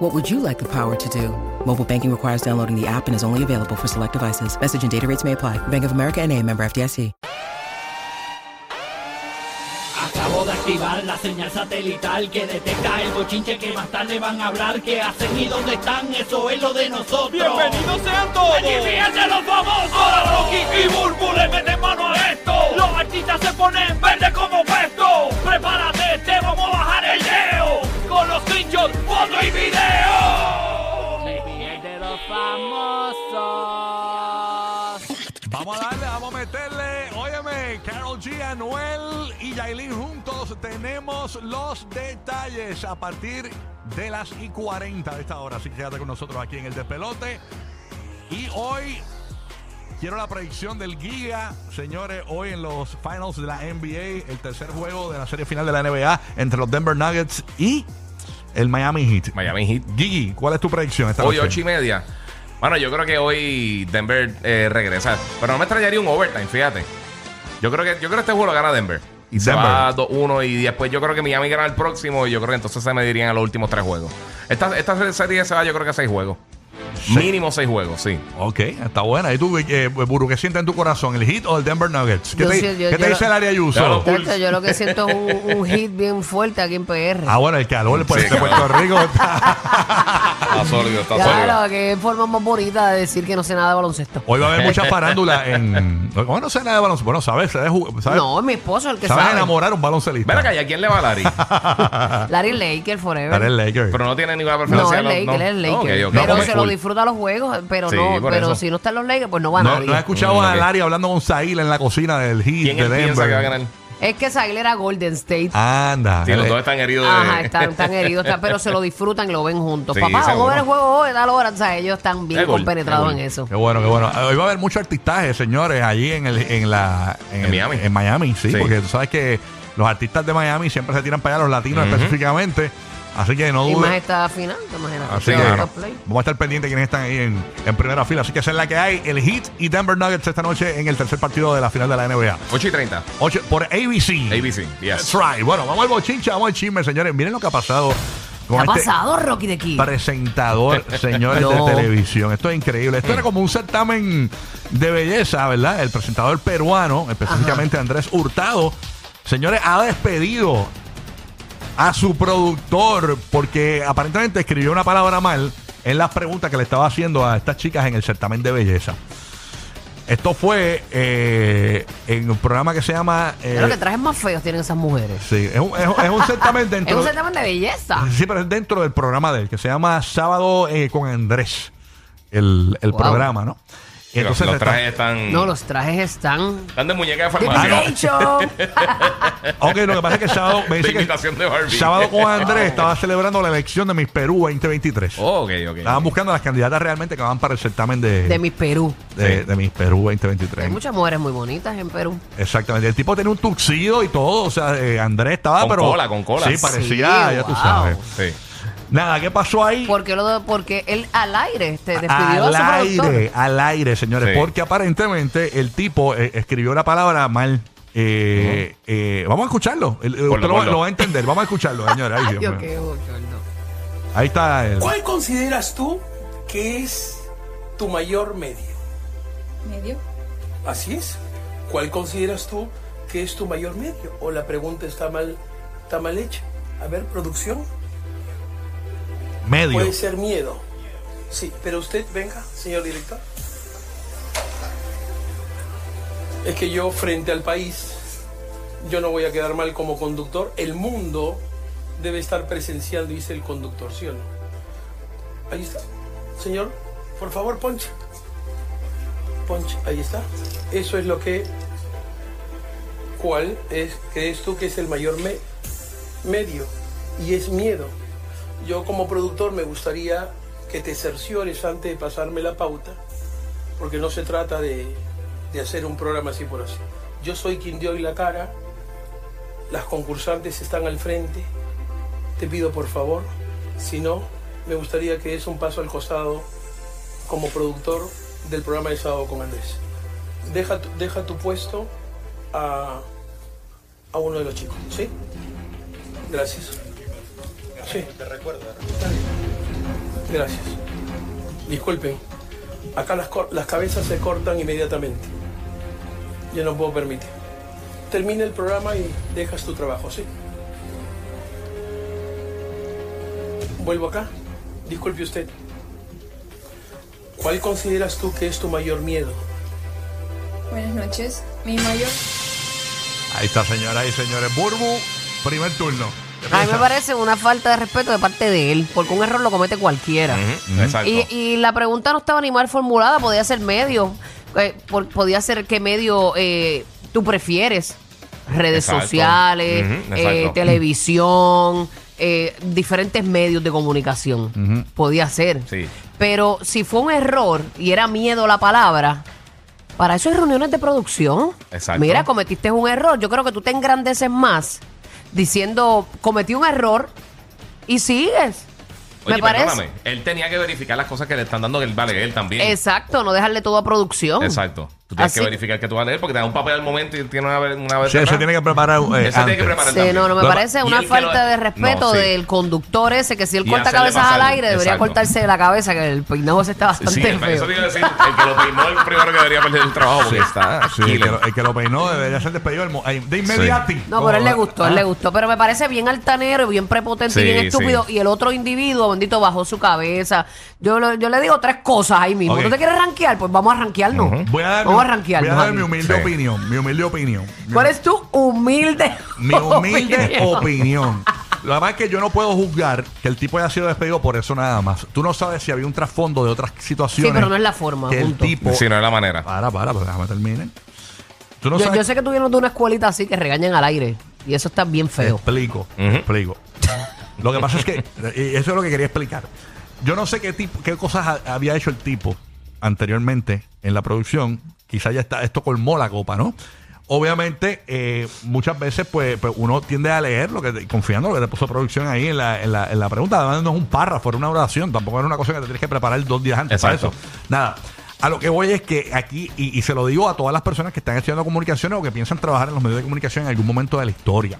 What would you like the power to do? Mobile banking requires downloading the app and is only available for select devices. Message and data rates may apply. Bank of America and a member FDIC. Acabo de activar la señal satelital que detecta el bochinche que más tarde van a hablar. ¿Qué hacen y dónde están? Eso es lo de nosotros. ¡Bienvenidos sean todos! ¡Allí fíjense los famosos! Ahora Rocky y Burbu le meten mano a esto. Los artistas se ponen verde como puesto. Prepárate, te vamos a bajar el leo. Con los screenshots, foto y video. de los famosos. Vamos a darle, vamos a meterle. Óyeme, Carol G, Anuel y Yailin juntos tenemos los detalles a partir de las y 40 de esta hora. Así que quédate con nosotros aquí en el despelote. Y hoy quiero la predicción del Giga. Señores, hoy en los finals de la NBA, el tercer juego de la serie final de la NBA entre los Denver Nuggets y el Miami Heat. Miami Heat. Gigi, ¿cuál es tu predicción esta Hoy noche? ocho y media. Bueno, yo creo que hoy Denver eh, regresa. Pero no me extrañaría un overtime, fíjate. Yo creo que, yo creo que este juego lo gana Denver. Y Se Denver. va 2-1 y después yo creo que Miami gana el próximo y yo creo que entonces se medirían a los últimos tres juegos. Esta, esta serie se va yo creo que a seis juegos. Mínimo seis juegos, sí. Ok, está buena. ¿Y tú, eh, Buru, qué sientes en tu corazón? ¿El hit o el Denver Nuggets? ¿Qué Yo te, sí, yo- qué te yo dice lo- el área Ayuso? Yo lo- Chacho, yo lo que siento es un, un hit bien fuerte aquí en PR. Ah, bueno, el calor pues, Sí, de Puerto Rico está- Está sólido, está Claro, que forma más bonita de decir que no sé nada de baloncesto. Hoy va a haber mucha farándula en. Bueno, no sé nada de baloncesto. Bueno, sabes, sabes, ju- sabes, No, es mi esposo el que sabes sabe. enamorar a un baloncelista. Ven acá, ¿y a quién le va a Larry? Larry Laker Forever. Dale el Laker. Pero no tiene ninguna no, preferencia. es Laker, es Laker. Ok, ok, Pero ok, se lo cool. disfruta los juegos, pero Sí, no, por pero eso. si no están los Lakers, pues no va no, nadie. no he escuchado Mm, a ok. Larry hablando con Sail en la cocina del hit ¿Quién de él piensa Denver. que va a ganar? Es que Sail era Golden State. Anda. Sí, los eh, dos están heridos de... Ajá, están, están heridos, están- pero se lo disfrutan y lo ven juntos. Sí, Papá, vamos a seguro. ver el juego hoy, tal hora. O sea, ellos están bien Es gol, compenetrados es en gol. eso. Qué bueno, qué bueno. Hoy va a haber mucho artistaje, señores, allí en, el, en la En el- Miami. En Miami, sí, Sí. porque tú sabes que los artistas de Miami siempre se tiran para allá, los latinos específicamente. Así que no Y más dudes. esta final, te imaginas. Así Este que otro vamos play. a estar pendientes de quiénes están ahí en, en primera fila. Así que esa es la que hay. El Heat y Denver Nuggets esta noche en el tercer partido de la final de la NBA. 8 y 30. Ocho- por ABC. ABC, That's yes. right. Bueno, vamos al bochincha, vamos al chisme, señores. Miren lo que ha pasado ¿Qué con ha este pasado, Rocky de aquí? presentador, señores No. de televisión. Esto es increíble. Esto era como un certamen de belleza, ¿verdad? El presentador peruano, específicamente Andrés Hurtado, señores, ha despedido a su productor porque aparentemente escribió una palabra mal en las preguntas que le estaba haciendo a estas chicas en el certamen de belleza. Esto fue eh, en un programa que se llama... eh, Pero que trajes más feos tienen esas mujeres. sí, es un, es un- es un certamen dentro... Es un de- certamen de belleza. Ah, Sí, pero es dentro del programa de él, que se llama Sábado eh, con Andrés, el, el Wow. programa, ¿no? Y Los, entonces los está- trajes están... No, los trajes están. Están de muñeca de ¡De farmacia. Creation! Ok, lo que pasa es que sábado me De dice que imitación de Barbie. Sábado con Andrés estaba celebrando la elección de Miss Perú 2023. Oh, ok, ok. Estaban buscando a las candidatas realmente que van para el certamen de, De mis Perú. de- de Miss Perú Hay 2023. muchas mujeres muy bonitas en Perú. Exactamente. El tipo tenía un tuxido y todo. O sea, eh, Andrés estaba, Con pero. cola, con cola. Sí, parecía, Sí, ya tú wow. sabes. Sí. Nada, ¿qué pasó ahí? ¿Por qué lo, porque él al aire te despidió al a su productor. aire, al aire, señores, Sí. porque aparentemente el tipo eh, escribió la palabra mal. Eh, eh, vamos a escucharlo. El- el- Ponlo, usted lo, va- ponlo. lo va a entender. Vamos a escucharlo, señores. Ay, Dios Yo mío. qué bochorno. Ahí está. el- ¿Cuál consideras tú que es tu mayor medio? medio. Así es. ¿Cuál consideras tú que es tu mayor medio? O la pregunta está mal, está mal hecha. A ver, producción. medio. Pues- Puede ser miedo. Sí, pero usted, venga, señor director. Es que yo frente al país, yo no voy a quedar mal como conductor. El mundo debe estar presenciando, dice el conductor, ¿sí o no? Ahí está. Señor, por favor, ponche. Ponche, ahí está. Eso es lo que... ¿Cuál es, crees tú que es el mayor me- medio? Y es miedo. Yo como productor me gustaría que te cerciores antes de pasarme la pauta, porque no se trata de, de hacer un programa así por así. Yo soy quien dio hoy la cara. Las concursantes están al frente. Te pido por favor, si no, me gustaría que des un paso al costado como productor del programa de sábado con Andrés. Deja tu, deja tu puesto a, a uno de los chicos, ¿sí? Gracias. Sí. Te Gracias. Disculpen, acá las, cor- las cabezas se cortan inmediatamente. Yo no puedo permitir. Termina el programa y dejas tu trabajo, ¿sí? Vuelvo acá. Disculpe usted. ¿Cuál consideras tú que es tu mayor miedo? Buenas noches. Mi mayor. Ahí está, señoras y señores. Burbu, primer turno. ¿Qué A mí me piensas? parece una falta de respeto de parte de él, porque un error lo comete cualquiera. Ujú, Exacto. Y, y la pregunta no estaba ni mal formulada, podía ser medio. eh, por- podía ser qué medio eh, tú prefieres. Redes Exacto. sociales, Ujú, eh, exacto. televisión, eh, diferentes medios de comunicación. Podía ser. Sí. Pero si fue un error y era miedo la palabra, para eso hay reuniones de producción. Exacto. Mira, cometiste un error. Yo creo que tú te engrandeces más diciendo, cometí un error y sigues. Oye, Me parece. perdóname, él tenía que verificar las cosas que le están dando que él va a leer también. Exacto, no dejarle todo a oh. producción. Exacto. Tú tienes que Así- verificar que tú vas a leer porque te da un papel al momento y tiene una, una vez. Sí, se tiene que preparar. eh, Él se tiene que antes. preparar. Sí, no, no, me Lo- parece y una el que lo- falta de respeto No, sí. del conductor ese, que si él Y corta hacerle cabezas pasar, al aire, debería exacto. cortarse la cabeza, que el peinado ese está bastante Sí, el, eso feo. te iba a decir, el que lo peinó el primero que debería perder el trabajo porque está Sí, eh, el, que killer. lo, el que lo peinó debería ser despedido al mo- eh, de inmediati. No, pero a él Ah, le gustó, a Ah. él le gustó. Pero me parece bien altanero y bien prepotente y Sí, bien estúpido. Y el otro individuo, bendito, bajó su cabeza. Yo, lo- yo le digo tres cosas ahí mismo. Ok. ¿Tú te quieres rankear? Pues vamos a rankearnos. Voy a dar, mi- voy vamos a a rankearnos. dar ahí. mi humilde Sí. opinión. Mi humilde opinión. Mi- ¿Cuál es tu humilde Mi humilde opinión? opinión. La verdad es que yo no puedo juzgar que el tipo haya sido despedido por eso nada más. Tú no sabes si había un trasfondo de otras situaciones. Sí, pero no es la forma, Que el punto. tipo. Si no es la manera. Para, para, pues déjame terminar. Tú no Yo, sabes. yo sé que tú vienes de una escuelita así que regañan al aire. Y eso está bien Te feo. Explico, te explico. lo que pasa es que, y eso es lo que quería explicar. Yo no sé qué tipo, qué cosas ha- había hecho el tipo anteriormente en la producción. Quizá ya está, esto colmó la copa, ¿no? Obviamente, eh, muchas veces, pues, pues, uno tiende a leer lo que te- confiando en lo que te puso producción ahí en la, en la- en la pregunta. Además, no es un párrafo, era una oración, tampoco era una cosa que te tienes que preparar dos días antes para Exacto. eso. Nada. A lo que voy es que aquí, y, y se lo digo a todas las personas que están estudiando comunicaciones o que piensan trabajar en los medios de comunicación en algún momento de la historia.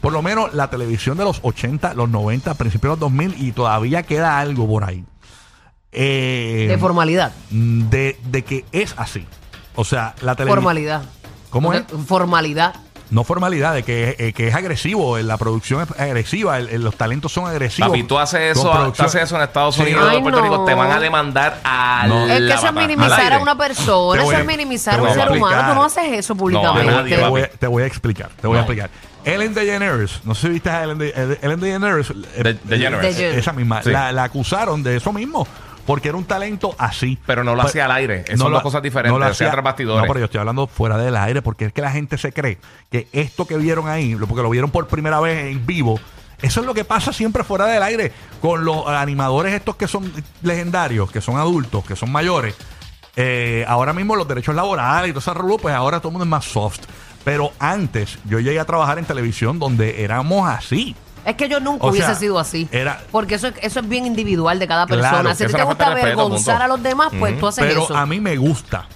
Por lo menos la televisión de los 80, los 90, principios de los 2000 y todavía queda algo por ahí. Eh, De formalidad. de, de que es así. O sea, la televisión... Formalidad. ¿Cómo es? Formalidad. No formalidad, de que, eh, que es agresivo, eh, la producción es agresiva, el- el- los talentos son agresivos. Papi, tú haces Ah, Con eso, tú producción- haces eso en Estados Sí. Unidos o en Ay, Puerto Rico, no. te van a demandar al No. Es que eso es minimizar a una Te persona, voy eso a- es minimizar te a voy un a ser humano. explicar. Tú no haces eso públicamente. a nadie, te, papi. voy, a- te voy a explicar, te voy a No. explicar. Ellen DeGeneres, no sé si viste a Ellen, De- Ellen DeGeneres. eh, De- DeGeneres. DeGeneres. Esa misma. Sí. La, la acusaron de eso mismo. Porque era un talento así. Pero no lo hacía al aire. Esas son Pues, lo- dos cosas diferentes, lo lo hacía tras bastidores. No, pero yo estoy hablando fuera del aire. Porque es que la gente se cree que esto que vieron ahí, lo- porque lo vieron por primera vez en vivo. Eso es lo que pasa siempre fuera del aire. Con los animadores estos que son legendarios, que son adultos, que son mayores. Eh, ahora mismo los derechos laborales y todo ese rollo, pues ahora todo el mundo es más soft. Pero antes yo llegué a trabajar en televisión donde éramos así. Es que yo nunca O hubiese sea, sido así. era- Porque eso, es- eso es bien individual de cada Claro, persona. que si a ti eso te no gusta falta de respeto, avergonzar punto. a los demás, pues tú haces Pero eso. a mí me gusta.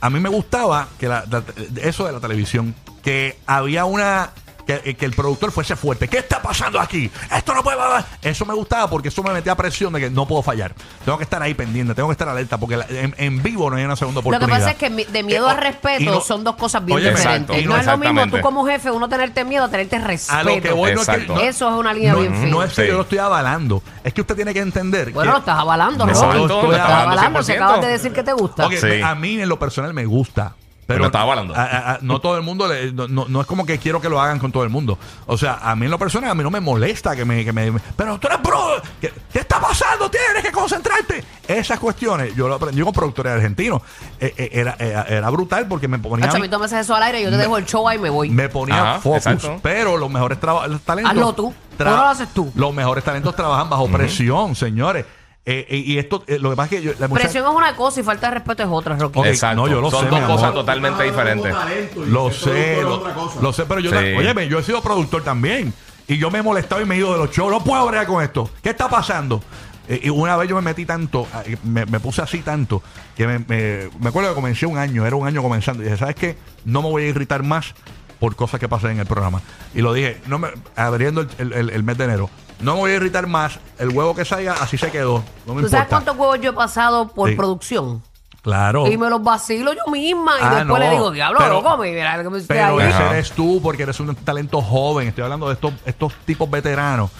A mí me gustaba que la- la- eso de la televisión, que había una. Que, eh, que el productor fuese fuerte. ¿Qué está pasando aquí? Esto no puede. Eso me gustaba porque eso me metía presión de que no puedo fallar. Tengo que estar ahí pendiente, tengo que estar alerta porque la- en, en vivo no hay una segunda Lo que oportunidad. pasa es que mi- de miedo Eh, al o- respeto y no- son dos cosas bien Óyeme, diferentes. Exacto, no es lo mismo tú exactamente. como jefe, uno tenerte miedo a tenerte respeto. A lo que voy no es que- Exacto. no- Eso es una línea no- bien fina. No es que Sí. yo lo estoy avalando. Es que usted tiene que entender. bueno, lo que, estás avalando, Exacto, Rocky. lo Lo estoy estás avalando avalando, si 100%. acabas de decir que te gusta. Ok, Sí. me- a mí en lo personal me gusta. Pero Pero estaba hablando. a- a- a- no todo el mundo, le- no, no- no es como que quiero que lo hagan con todo el mundo. O sea, a mí en lo personal, a mí no me molesta que me... que me- me- pero tú eres pro... ¿qué, qué está pasando? Tienes que concentrarte. Esas cuestiones, yo lo aprendí con productores argentinos. Eh, eh, era, era, era brutal porque me ponía... Hacho, a mí tú me haces eso al aire, yo te Me- dejo el show ahí y me voy. Me ponía Ajá, focus. exacto. Pero los mejores traba- los talentos. Hazlo tú. ¿Por qué no lo haces tú? Los mejores talentos trabajan bajo presión, señores. Eh, eh, y esto, eh, lo que pasa es que yo- la muchacha- Presión es una cosa y falta de respeto es otra, Rocky. Ok, no, yo lo Son sé, dos mi cosas amor. totalmente diferentes. Lo sé, lo, lo sé, pero yo, Sí. oye, yo he sido productor también y yo me he molestado y me he ido de los shows. No puedo bregar con esto. ¿Qué está pasando? Eh, y una vez yo me metí tanto, eh, me, me puse así tanto, que me, me- me acuerdo que comencé un año, era un año comenzando. Y dije, ¿sabes qué? No me voy a irritar más por cosas que pasen en el programa. Y lo dije, no me, abriendo el, el- el- el mes de enero, no me voy a irritar más. El huevo que salga, así se quedó. No me ¿Tú importa. sabes cuántos huevos yo he pasado por Sí. producción? Claro. Y me los vacilo yo misma. Y Ah, después no. le digo, diablo, Pero- loco, mira lo que me hiciste Pero pues, ahí. ese Ajá. eres tú porque eres un talento joven. Estoy hablando de estos, estos tipos veteranos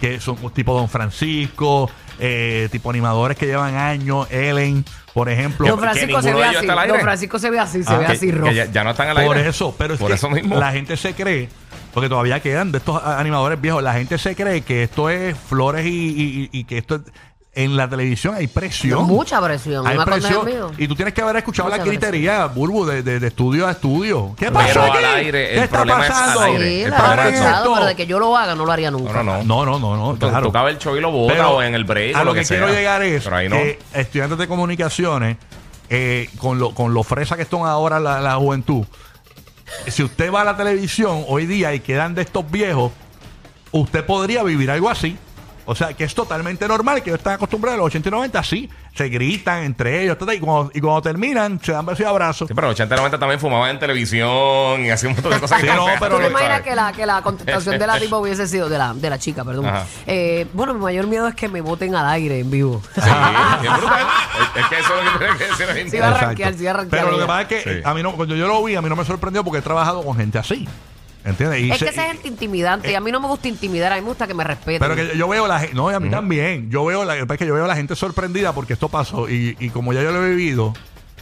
que son tipo Don Francisco, eh, tipo animadores que llevan años, Ellen, por ejemplo. Don que Francisco se ninguno ve de ellos así. está al aire. Don Francisco se ve así, se Ah, ve Que- así que rojo. ya, ya no están al aire. Por eso, pero es Por que eso mismo. la gente se cree, porque todavía quedan de estos a- animadores viejos, la gente se cree que esto es flores y, y- y- y que esto es- en la televisión hay presión. Mucha presión, Hay no me acordé presión. del mío. Y tú tienes que haber escuchado Mucha la gritería, Burbu, de, de- de estudio a estudio. ¿Qué pasó Pero aquí? al aire, ¿Qué el está problema es al pasando? aire. Sí, El la programa habrá es pasado, esto. pero de que yo lo haga, no lo haría nunca. No, no, no. No, no, no, no, Claro. claro. Tocaba el show y lo bota Pero o en el break a o lo lo que, que, quiero sea. llegar es Pero ahí no. que estudiantes de comunicaciones, eh, con, lo, con lo fresa que están ahora la, la juventud, si usted va a la televisión hoy día y quedan de estos viejos, usted podría vivir algo así. O sea, que es totalmente normal, que ellos están acostumbrados a los 80 y 90, así, se gritan entre ellos, tata, y cuando, y cuando terminan, se dan besos y abrazos. Sí, pero los 80 y 90 también fumaban en televisión y hacían un montón de cosas. Sí, que no, feas, pero ¿Tú te ¿sabes? imaginas que la, que la contestación de la tipo hubiese sido de la, de la chica, perdón? Ajá. Eh, bueno, mi mayor miedo es que me voten al aire en vivo. Sí, es brutal. Es, es que eso es lo que tenía que decir la gente. Sí, va a Exacto. rankear, sí va a rankear Pero lo que ella. pasa es que Sí. a mí no, cuando yo lo vi, a mí no me sorprendió porque he trabajado con gente así. ¿Entiendes? Y es se- que esa gente intimidante. y a mí no me gusta intimidar, a mí me gusta que me respeten. Pero que yo veo la gente, no, y a mí también, yo veo la, es que yo veo la gente sorprendida porque esto pasó y, y como ya yo lo he vivido,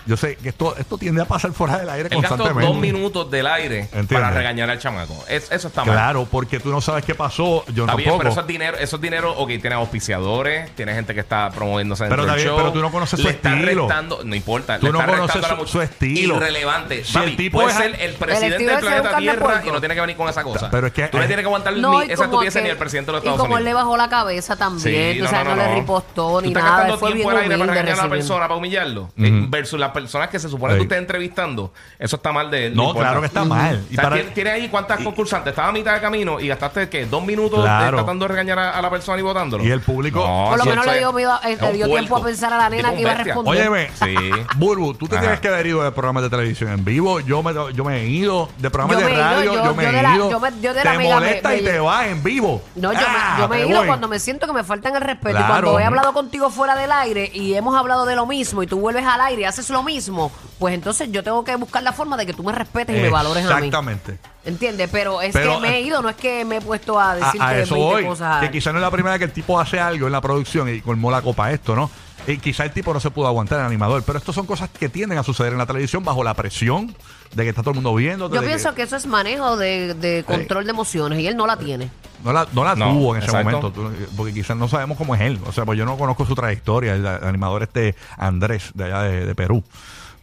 yo sé que esto, esto tiende a pasar fuera del aire Él gastó constantemente. dos minutos del aire Entiendo. para regañar al chamaco. Es- eso está mal. Claro, porque tú no sabes qué pasó, yo Está tampoco. bien, pero eso es dinero, eso es dinero, ok, tiene auspiciadores, tiene gente que está promoviéndose dentro Pero está del bien, show. pero tú no conoces su Le está estilo. restando- no importa, Tú le no está conoces restando a la su- much- su estilo. Irrelevante. Si Papi, el tipo puede es- ser el presidente estilo del es ser un planeta carne Tierra puerco. y no tiene que venir con esa cosa. Pero es que- tú le tienes que aguantar No, ni y esa como estupieza que- ni al presidente de los Y Estados como él le Unidos. bajó la cabeza también, tú sabes, no, le ripostó ni Tú estás nada. gastando Fue bien tiempo al aire humilde para regañar a la recibiendo. persona, para humillarlo, eh, versus las personas que se supone que Sí. tú estés entrevistando. Eso está mal de él. no, importa. claro que está mal. O Ah, Y sea, para- ¿tiene, tiene ahí cuántas concursantes? Estaba a mitad de camino y gastaste ¿qué? dos minutos de- Claro. tratando de regañar a, a la persona y votándolo. Y el público- Por lo si menos eso le es- dio miedo a- eh, es le un dio tiempo a puerco. pensar a la nena Tipo que iba a bestia. responder. Óyeme, Sí. Burbu, tú te Ajá. tienes que haber ido de programas de televisión en vivo. Yo me, yo me he ido de programas Yo de me he ido, radio. Yo, yo- me yo he de la- ido. yo me- yo de la te mega me- molesta y me- te vas en vivo. No, yo Ah, me, yo me he te ido voy. cuando me siento que me faltan el respeto. Claro. Y cuando he hablado contigo fuera del aire y hemos hablado de lo mismo y tú vuelves al aire y haces lo mismo, pues entonces yo tengo que buscar la forma de que tú me respetes y me valores a mí. Exactamente. ¿Entiendes? Pero es Pero, que me he eh, ido, no es que me he puesto a a, decirte a eso 20 voy. cosas. Que quizás no es la primera vez que el tipo hace algo en la producción y colmó la copa esto, ¿no? Y quizá el tipo no se pudo aguantar el animador, pero esto son cosas que tienden a suceder en la televisión bajo la presión de que está todo el mundo viendo. Yo pienso que eso es manejo de, de control de emociones y él no la tiene. No la, no la No, tuvo en ese exacto. momento, tú- porque quizás no sabemos cómo es él. O sea, pues yo no conozco su trayectoria, el, el animador este Andrés de allá de, de Perú.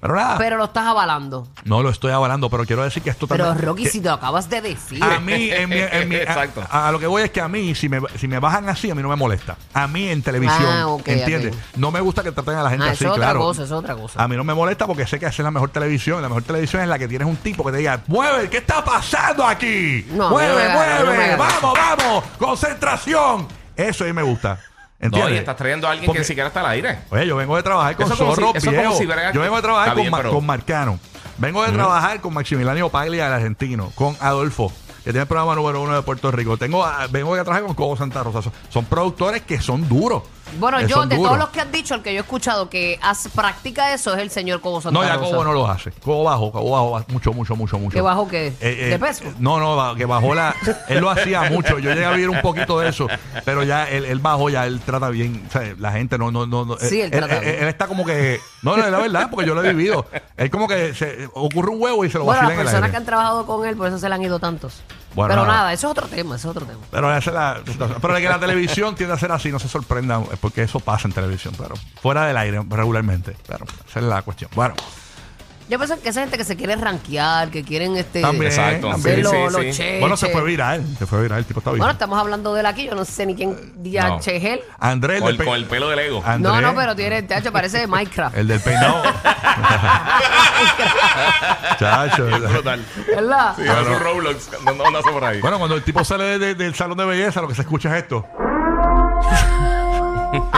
Pero nada, Pero lo estás avalando. no lo estoy avalando, pero quiero decir que esto Pero también- Rocky, que- Ah, si te lo acabas de decir. A mí, en mi- en mi- a- Exacto. A, a lo que voy es que a mí, si me, si me bajan así, a mí no me molesta. A mí en televisión, Ah, ok, ¿entiendes? No me gusta que traten a la gente Ah, así, eso es otra claro. cosa, eso es otra cosa. A mí no me molesta porque sé que esa es la mejor televisión. La mejor televisión es la que tienes un tipo que te diga, mueve, ¿qué está pasando aquí? No, a mí mueve, no me gana, no mueve, me gana. vamos, vamos, concentración. Eso a mí me gusta. ¿Entiendes? No, y estás trayendo a alguien Porque- Eh, que ni siquiera está al aire. Oye, yo vengo de trabajar con Eso es como Zorro si- eso es como Viejo. si verga- yo vengo de trabajar Está con, bien, Mar- pero- con Marcano. Vengo de trabajar con Maximiliano Paglia, el argentino. Con Adolfo, que tiene el programa número uno de Puerto Rico. Tengo a- vengo de trabajar con Cobo Santa Rosa. Son, son productores que son duros. Bueno, Que yo, son de duros. todos los que has dicho, el que yo he escuchado que hace- practica eso es el señor Cobo Santa No, ya Rosa. Cobo no lo hace. Cobo bajó, Cobo bajó ba- mucho, mucho, mucho, mucho. Eh, ¿Que bajó qué? ¿De peso? No, no, ba- que bajó la... él lo hacía mucho. Yo llegué a vivir un poquito de eso. Pero ya él, él bajó, ya él trata bien. O sea, la gente no... no, no no- Sí, él trata bien. él está como que... No, no, es la verdad, porque yo lo he vivido. Él como que se ocurre un huevo y se lo Bueno, vacila las en el personas aire. que han trabajado con él, por eso se le han ido tantos. Bueno, Pero nada. nada. eso es otro tema, eso es otro tema. Pero, esa es la situación. pero de que la televisión tiende a ser así, no se sorprenda, eh, porque eso pasa en televisión, pero fuera del aire regularmente. Pero esa es la cuestión. Bueno, Yo pienso que esa gente que se quiere ranquear, que quieren este. También, Exacto. también. ser los- Sí, sí, los sí. cheches. Bueno, se fue viral. Se fue viral. El tipo está vivo. Eh, Bueno, estamos hablando de él aquí, yo no sé ni quién. Díaz no. Chegel. Andrés, Con del el, pe- Ah, con el pelo del ego. Andrés, No, no, pero tiene, te parece de Minecraft. El del peinado. Chacho. Es brutal. ¿Verdad? Sí, no es un Roblox. No, no, no hace por ahí. Bueno, cuando el tipo sale de- de- del salón de belleza, lo que se escucha es esto.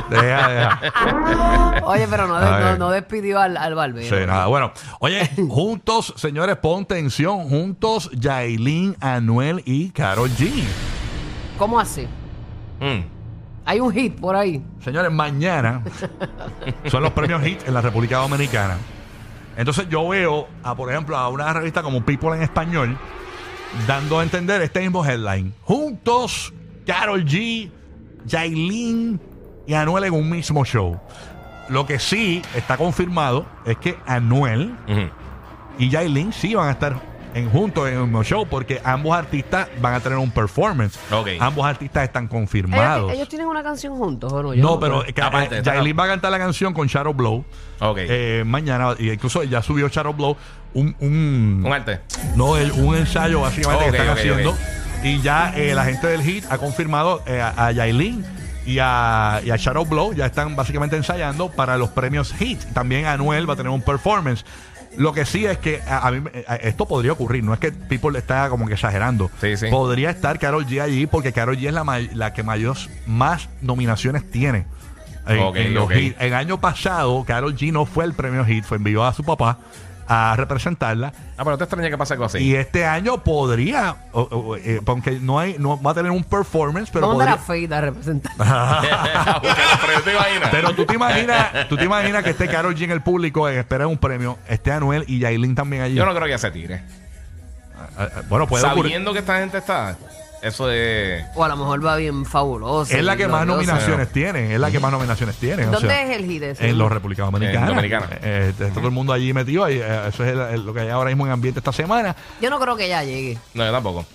deja, deja. Oye, pero no, de- Ay. no, no despidió al, al barbero. Sí, nada. Bueno, oye, juntos, señores, pon tensión. Juntos, Yailin, Anuel y Karol G. ¿Cómo así? Mm. Hay un hit por ahí. Señores, mañana son los premios HIT en la República Dominicana. Entonces yo veo, a, por ejemplo, a una revista como People en español dando a entender este mismo headline. Juntos, Carol G, Yailin y Anuel en un mismo show. Lo que sí está confirmado es que Anuel Ujú. y Yailin sí van a estar en, juntos en el mismo show porque ambos artistas van a tener un performance. Ok. Ambos artistas están confirmados. Ellos, ellos tienen una canción juntos, ¿o no? Yo No, pero creo. es que, Aparte, eh, está- Yailin va a cantar la canción con Shadow Blow. Ok. eh, mañana, y incluso ya subió Shadow Blow un, un- Un arte. no, el- un ensayo básicamente Ok, que están ok, haciendo. Y ya eh, la gente del hit ha confirmado eh, a, a Yailin y a, y a Shadow Blow ya están básicamente ensayando para los premios hit. También Anuel va a tener un performance. Lo que sí es que a, a mí, me- a- esto podría ocurrir, no es que People le está como que exagerando. Sí, sí. Podría estar Carol G allí porque Carol G es la, may- la que mayores, más nominaciones tiene. En, Ok, en los ok. hit. El año pasado, Carol G no fue el premio hit, fue envió a su papá a representarla. Ah, pero no te extraña que pase algo así. Y este año podría, o- o- eh, aunque no hay, no va a tener un performance, pero ¿Dónde era podría. Feida representar? A buscar los premios, ¿te imaginas? Pero tú te imaginas, tú te imaginas que esté Carol G en el público en espera de un premio, esté Anuel y Yailin también allí. Yo no creo que ya se tire. Ah, ah, bueno, puede ocurrir. Sabiendo que esta gente está, eso de. O a lo mejor va bien fabuloso. Es la y que más glorioso. nominaciones tiene, es la que más nominaciones tiene. o ¿Dónde sea, es el hit ese? En los República Dominicana. En Dominicana. Eh, está todo el mundo allí metido. ahí, eh, eso es el- el- lo que hay ahora mismo en ambiente esta semana. Yo no creo que ella llegue. No, yo tampoco.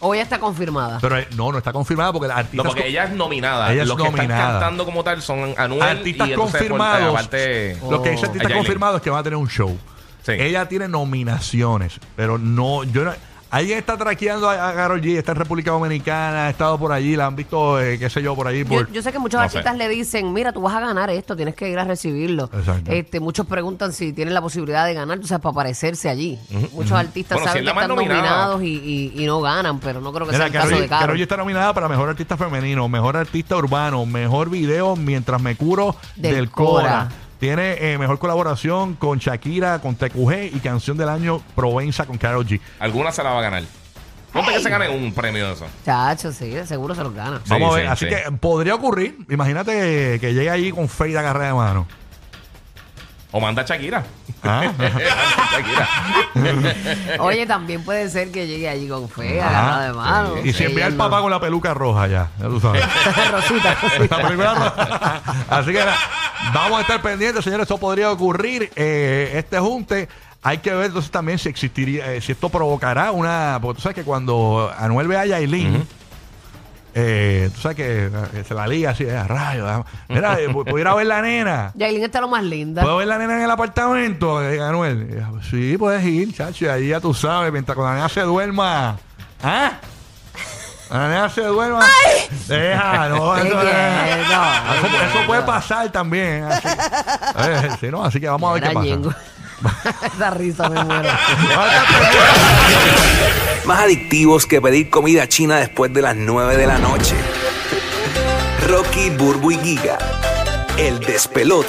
O ya está confirmada. Pero eh, no, no está confirmada porque las No, artistas. porque co- ella es nominada. Ella es los que nominada. están cantando como tal son Anuel artistas y entonces, por- eh, confirmados. aparte, Lo que hay artistas Yailin. confirmados es que van a tener un show. Sí. Ella tiene nominaciones, pero no, yo no- Alguien está traqueando a, a Karol G, está en República Dominicana, ha estado por allí, la han visto, eh, qué sé yo, por allí. Yo, Por... yo sé que muchos No artistas sé. le dicen, mira, tú vas a ganar esto, tienes que ir a recibirlo. Exacto. Este, muchos preguntan si tienen la posibilidad de ganar, o sea, para aparecerse allí. Muchos artistas Bueno, si saben es que la más están nominada. nominados y, y- y no ganan, pero no creo que Mira, sea el caso Karol de G- Karol G Carlos. está nominada para Mejor Artista Femenino, Mejor Artista Urbano, Mejor Video Mientras Me Curo del, Del Cora. Cora. Tiene eh, Mejor Colaboración con Shakira, con TQG y Canción del Año Provenza con Karol G. Alguna se la va a ganar. Ponte que se gane un premio de eso. Chacho, sí, de seguro se los gana. Sí, Vamos a ver, sí, así sí. que podría ocurrir. Imagínate que llegue allí con Feida Carrera de mano. O manda a Shakira. Ah. Shakira. Oye, también puede ser que llegue allí con fe, agarrada de mano. Y si envía el papá con la peluca roja ya, ya tú sabes. Rosita. La peluca roja. Así que nada, vamos a estar pendientes, señores. Esto podría ocurrir eh, este junte. Hay que ver entonces también si existiría, eh, si esto provocará una. Porque tú sabes que cuando Anuel ve a Yailin, eh, tú sabes que eh, se la liga así, eh, rayo. ah, Mira, eh, voy voy a ir a ver la nena. Yailin está lo más linda. ¿Puedo ver la nena en el apartamento, eh, Anuel? Eh, Sí, puedes ir, chacho. y Ahí ya tú sabes, mientras cuando la nena se duerma. ¿Ah? Cuando la nena se duerma. Deja, no, Qué eso, bien, eso- eso puede pasar también. Así, Eh, sí, no, así que vamos a ver qué Era pasa. Ñengo. Esa risa me muero. Vamos a estar pendientes. Más adictivos que pedir comida china después de las 9 de la noche. Rocky, Burbu y Giga. El despelote.